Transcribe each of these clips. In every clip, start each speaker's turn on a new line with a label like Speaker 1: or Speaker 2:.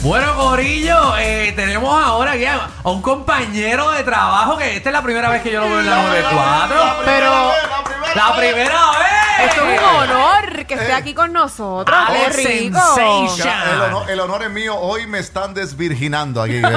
Speaker 1: Bueno, Corillo, eh, tenemos ahora aquí a a un compañero de trabajo que esta es la primera vez que yo lo veo en la 94.
Speaker 2: pero-
Speaker 1: La primera vez.
Speaker 2: Esto es un honor que esté aquí con nosotros. ¡Qué
Speaker 1: Alex
Speaker 2: rico!
Speaker 1: Ah, Sensation.
Speaker 3: Ya, El honor, el honor es mío, hoy me están desvirginando aquí. No,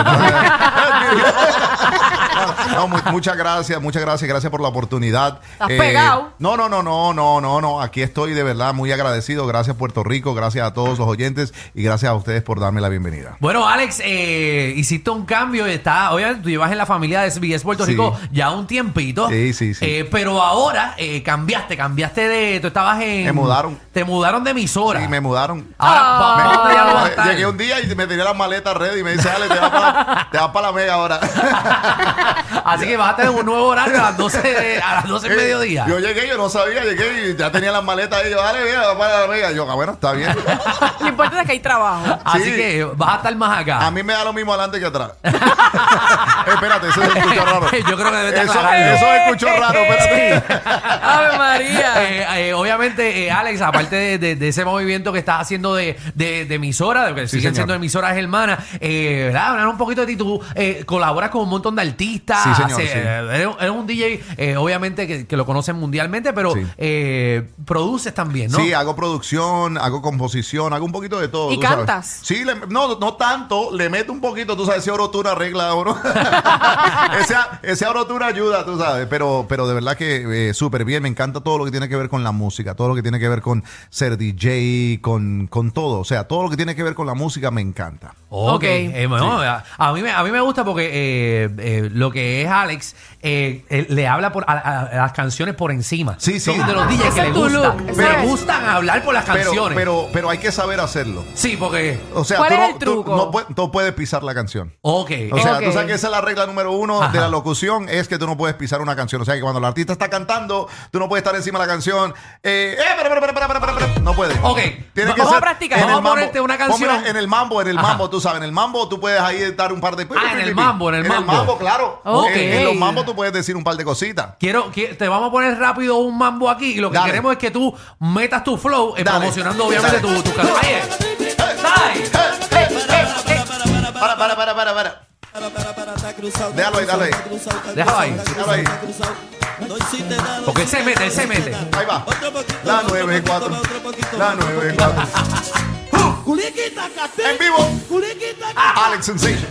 Speaker 3: no, mu- muchas gracias, muchas gracias, gracias por la oportunidad. Eh,
Speaker 2: Estás pegado.
Speaker 3: No, no, no, no, no, no, no. Aquí estoy de verdad muy agradecido. Gracias Puerto Rico, gracias a todos los oyentes y gracias a ustedes por darme la bienvenida.
Speaker 1: Bueno, Alex, eh, hiciste un cambio. Está, obviamente, tú llevas en la familia de SBS Puerto
Speaker 3: Sí.
Speaker 1: Rico ya un tiempito.
Speaker 3: Sí, sí, sí.
Speaker 1: Eh, pero ahora eh, cambiaste, cambiaste de. Tú estabas en.
Speaker 3: Me mudaron.
Speaker 1: Te mudaron de emisora.
Speaker 3: Sí, me mudaron.
Speaker 1: Ahora,
Speaker 2: Ah.
Speaker 1: va-
Speaker 3: Me-
Speaker 1: vamos a Ah, ya lo
Speaker 3: eh, llegué un día y me tiré las maletas ready y me dice, Ale, te vas para la mega ahora.
Speaker 1: Así que vas a tener un nuevo horario a las 12 de, a las 12 del mediodía.
Speaker 3: Eh, Yo llegué, yo no sabía, llegué y ya tenía las maletas ahí. Yo, Ale, mira, va para la mega. Yo, "Ah, bueno, está bien.
Speaker 2: Lo importante es que hay trabajo.
Speaker 1: Así
Speaker 3: Sí.
Speaker 1: que vas a estar más acá.
Speaker 3: A mí me da lo mismo adelante que atrás. espérate, eso se escuchó raro.
Speaker 1: Yo creo que debes de
Speaker 3: eso,
Speaker 1: aclararlo.
Speaker 3: eso se escuchó raro, espérate.
Speaker 2: ¡Ave María!
Speaker 1: Eh, eh, obviamente, eh, Alex, aparte de, de- de ese movimiento que estás haciendo de, de- de emisora, de que
Speaker 3: Sí,
Speaker 1: siguen
Speaker 3: señor.
Speaker 1: siendo emisoras hermanas, eh, ¿verdad? Hablar un poquito de ti. Tú eh, colaboras con un montón de artistas.
Speaker 3: Sí, señor,
Speaker 1: hace-
Speaker 3: sí.
Speaker 1: eres, eres un DJ, eh, obviamente, que, que lo conocen mundialmente, pero
Speaker 3: Sí.
Speaker 1: eh, produces también, ¿no?
Speaker 3: Sí, hago producción, hago composición, hago un poquito de todo.
Speaker 2: ¿Y
Speaker 3: tú sabes.
Speaker 2: cantas?
Speaker 3: Sí, le- no, no tanto, le meto un poquito, tú sabes, ese orotura arregla a uno. ese, ese orotura ayuda, tú sabes, pero, pero de verdad que eh, súper bien, me encanta todo lo que tiene que ver con la música, todo lo que tiene que ver con ser DJ, con, con todo, o sea, todo lo que tiene que ver con la música me encanta.
Speaker 1: Ok,
Speaker 2: Ok.
Speaker 1: Eh, bueno, a, a mí me, a mí me gusta porque eh, eh, lo que es Alex eh, él le habla por, a, a- a las canciones por encima.
Speaker 3: Sí, sí.
Speaker 1: Son de los DJs
Speaker 2: Ese
Speaker 1: que
Speaker 2: es
Speaker 1: le
Speaker 2: tu
Speaker 1: gustan.
Speaker 2: look, ese
Speaker 1: Le
Speaker 2: es.
Speaker 1: gustan hablar por las
Speaker 3: Pero,
Speaker 1: canciones.
Speaker 3: pero, pero hay que saber hacerlo.
Speaker 1: sí, porque.
Speaker 3: O sea,
Speaker 2: ¿Cuál
Speaker 3: tú
Speaker 2: es
Speaker 3: no,
Speaker 2: el
Speaker 3: tú
Speaker 2: truco?
Speaker 3: no pue- tú puedes pisar la canción.
Speaker 1: Ok.
Speaker 3: Oh. O sea,
Speaker 2: Ok.
Speaker 3: tú sabes que esa es la regla número uno
Speaker 1: Ajá.
Speaker 3: de la locución, es que tú no puedes pisar una canción. O sea, que cuando el artista está cantando, tú no puedes estar encima de la canción. Eh, eh, espera, espera, espera, espera, espera, espera. No puedes.
Speaker 1: Ok.
Speaker 3: Tiene que
Speaker 1: Vamos
Speaker 3: ser
Speaker 1: a practicar.
Speaker 3: en el
Speaker 1: Vamos a
Speaker 3: mambo.
Speaker 1: ponerte una canción.
Speaker 3: Pónmela en el mambo, en el
Speaker 1: Ajá.
Speaker 3: mambo, tú sabes. En el mambo tú puedes ahí dar un par de...
Speaker 1: Ah, en el mambo, en el mambo.
Speaker 3: claro.
Speaker 2: Ok.
Speaker 3: En, en los mambos tú puedes decir un par de cositas.
Speaker 1: Quiero, qui- te vamos a poner rápido un mambo aquí y lo que
Speaker 3: Dale.
Speaker 1: queremos es que tú metas tu flow eh,
Speaker 3: Dale.
Speaker 1: promocionando obviamente
Speaker 3: Dale.
Speaker 1: tu, tu canción. Ahí es. Dale.
Speaker 3: Para, para, para, para, para. Déjalo ahí, déjalo ahí.
Speaker 1: Déjalo ahí.
Speaker 3: Déjalo ahí.
Speaker 1: Porque él se mete, él se mete.
Speaker 3: Ahí va. La 94. La 94.
Speaker 4: Culiquita Castillo.
Speaker 3: En vivo.
Speaker 4: Culiquita
Speaker 3: Alex Sensation.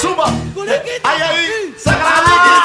Speaker 3: Suba.
Speaker 4: Culiquita.
Speaker 3: Ahí, ahí. Saca la tiki,
Speaker 1: Ah,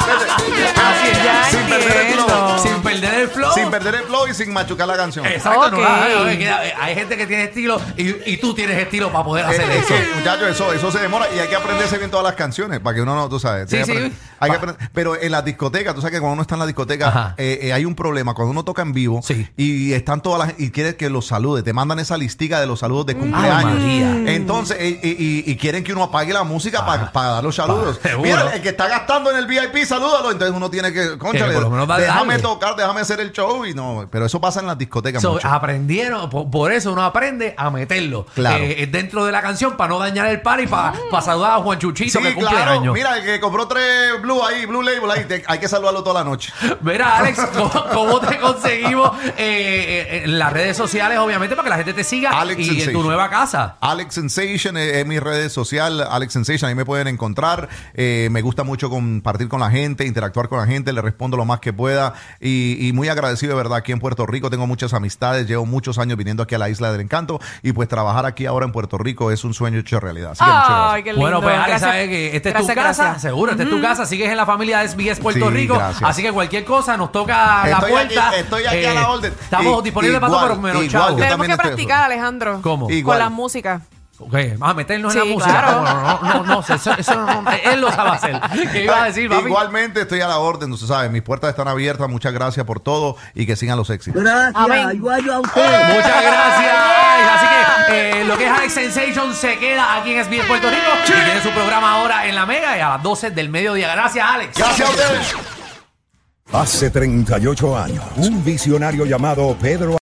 Speaker 3: saca la tiki. Vete.
Speaker 1: Así es.
Speaker 2: Ya
Speaker 3: Sin perder el
Speaker 2: entiendo.
Speaker 3: flow.
Speaker 1: Sin perder el flow.
Speaker 3: Sin perder el flow y sin machucar la canción.
Speaker 1: Exacto, no,
Speaker 2: Ok.
Speaker 1: ay, ay, que hay, hay gente que tiene estilo y, y tú tienes estilo para poder hacer
Speaker 3: Eh, es
Speaker 1: eso.
Speaker 3: que, muchachos, eso, eso se demora y hay que aprenderse bien todas las canciones para que uno no, tú sabes.
Speaker 1: Sí,
Speaker 3: tiene que
Speaker 1: sí.
Speaker 3: aprender- hay que aprender- pero en las discotecas, tú sabes que cuando uno está en la discoteca
Speaker 1: Ajá.
Speaker 3: eh, eh, hay un problema. Cuando uno toca en vivo
Speaker 1: Sí.
Speaker 3: y están todas las. y quieres que los salude, te mandan esa listica de los saludos de cumpleaños.
Speaker 1: Mm. María. Ah.
Speaker 3: Entonces, eh, y, y- y quieren que uno apague la música para dar los saludos.
Speaker 1: seguro.
Speaker 3: Mira, el que está gastando en el VIP, salúdalo. Entonces uno tiene que. Conchale,
Speaker 1: por lo menos va a
Speaker 3: déjame
Speaker 1: darle.
Speaker 3: tocar, déjame hacer el show y no. Pero eso pasa en las discotecas.
Speaker 1: So,
Speaker 3: mucho.
Speaker 1: aprendieron, po- por, eso uno aprende a meterlo
Speaker 3: Claro. Mm.
Speaker 1: eh, dentro de la canción para no dañar el par y para saludar a Juan Chuchito que cumple años. Mira,
Speaker 3: Mira, el que compró tres Blue ahí, Blue Label ahí, te- hay que saludarlo toda la noche.
Speaker 1: Alex, ¿cómo, cómo te conseguimos eh, eh, en las redes sociales, obviamente, para que la gente te siga
Speaker 3: Alex
Speaker 1: y en tu
Speaker 3: Sensation.
Speaker 1: nueva casa?
Speaker 3: Alex Sensation eh, es mi red social, Alex Sensation, ahí me pueden encontrar. Eh, me gusta mucho compartir con la gente, interactuar con la gente, le respondo lo más que pueda. Y, y muy agradecido, de verdad, aquí en Puerto Rico tengo muchas amistades, llevo muchos años viniendo aquí a la Isla del Encanto y pues trabajar aquí ahora en Puerto Rico es un sueño hecho realidad. Así que muchas gracias.
Speaker 2: ¡Ay, qué lindo!
Speaker 1: Bueno, pues Alex,
Speaker 2: Gracias.
Speaker 1: sabes que esta es tu
Speaker 2: Gracias,
Speaker 1: casa,
Speaker 2: gracias.
Speaker 1: seguro, esta es tu casa, sigues en la familia de SBS Puerto
Speaker 3: Sí,
Speaker 1: Rico,
Speaker 3: gracias.
Speaker 1: así que cualquier cosa nos toca la
Speaker 3: Estoy aquí-
Speaker 1: puerta. Eh,
Speaker 3: estoy aquí a la orden.
Speaker 1: Estamos
Speaker 3: Y-
Speaker 1: disponibles para todo,
Speaker 3: igual,
Speaker 1: pero menos
Speaker 3: igual,
Speaker 1: chavo.
Speaker 3: yo
Speaker 2: Tenemos
Speaker 3: también
Speaker 2: que
Speaker 3: estoy
Speaker 2: practicar, Alejandro.
Speaker 1: ¿Cómo?
Speaker 2: Con
Speaker 3: Igual.
Speaker 2: las músicas.
Speaker 1: Ok, Vamos a meternos en
Speaker 2: Sí,
Speaker 1: la música.
Speaker 2: claro.
Speaker 1: No, no, no, no, no, eso, eso no, no, él lo sabe hacer. ¿Qué iba a
Speaker 3: Pues,
Speaker 1: decir, papi?
Speaker 3: Igualmente estoy a la orden, tú sabes, mis puertas están abiertas. Muchas gracias por todo y que sigan los éxitos.
Speaker 2: Amén.
Speaker 5: Gracias, igual a
Speaker 3: pues.
Speaker 5: usted.
Speaker 1: Muchas gracias. Así que eh, lo que es Alex Sensation se queda aquí en SBS Puerto Rico. Y tiene su programa ahora en la Mega y a las 12 del mediodía. Gracias, Alex.
Speaker 3: Gracias a ustedes.
Speaker 6: Hace 38 años, un visionario llamado Pedro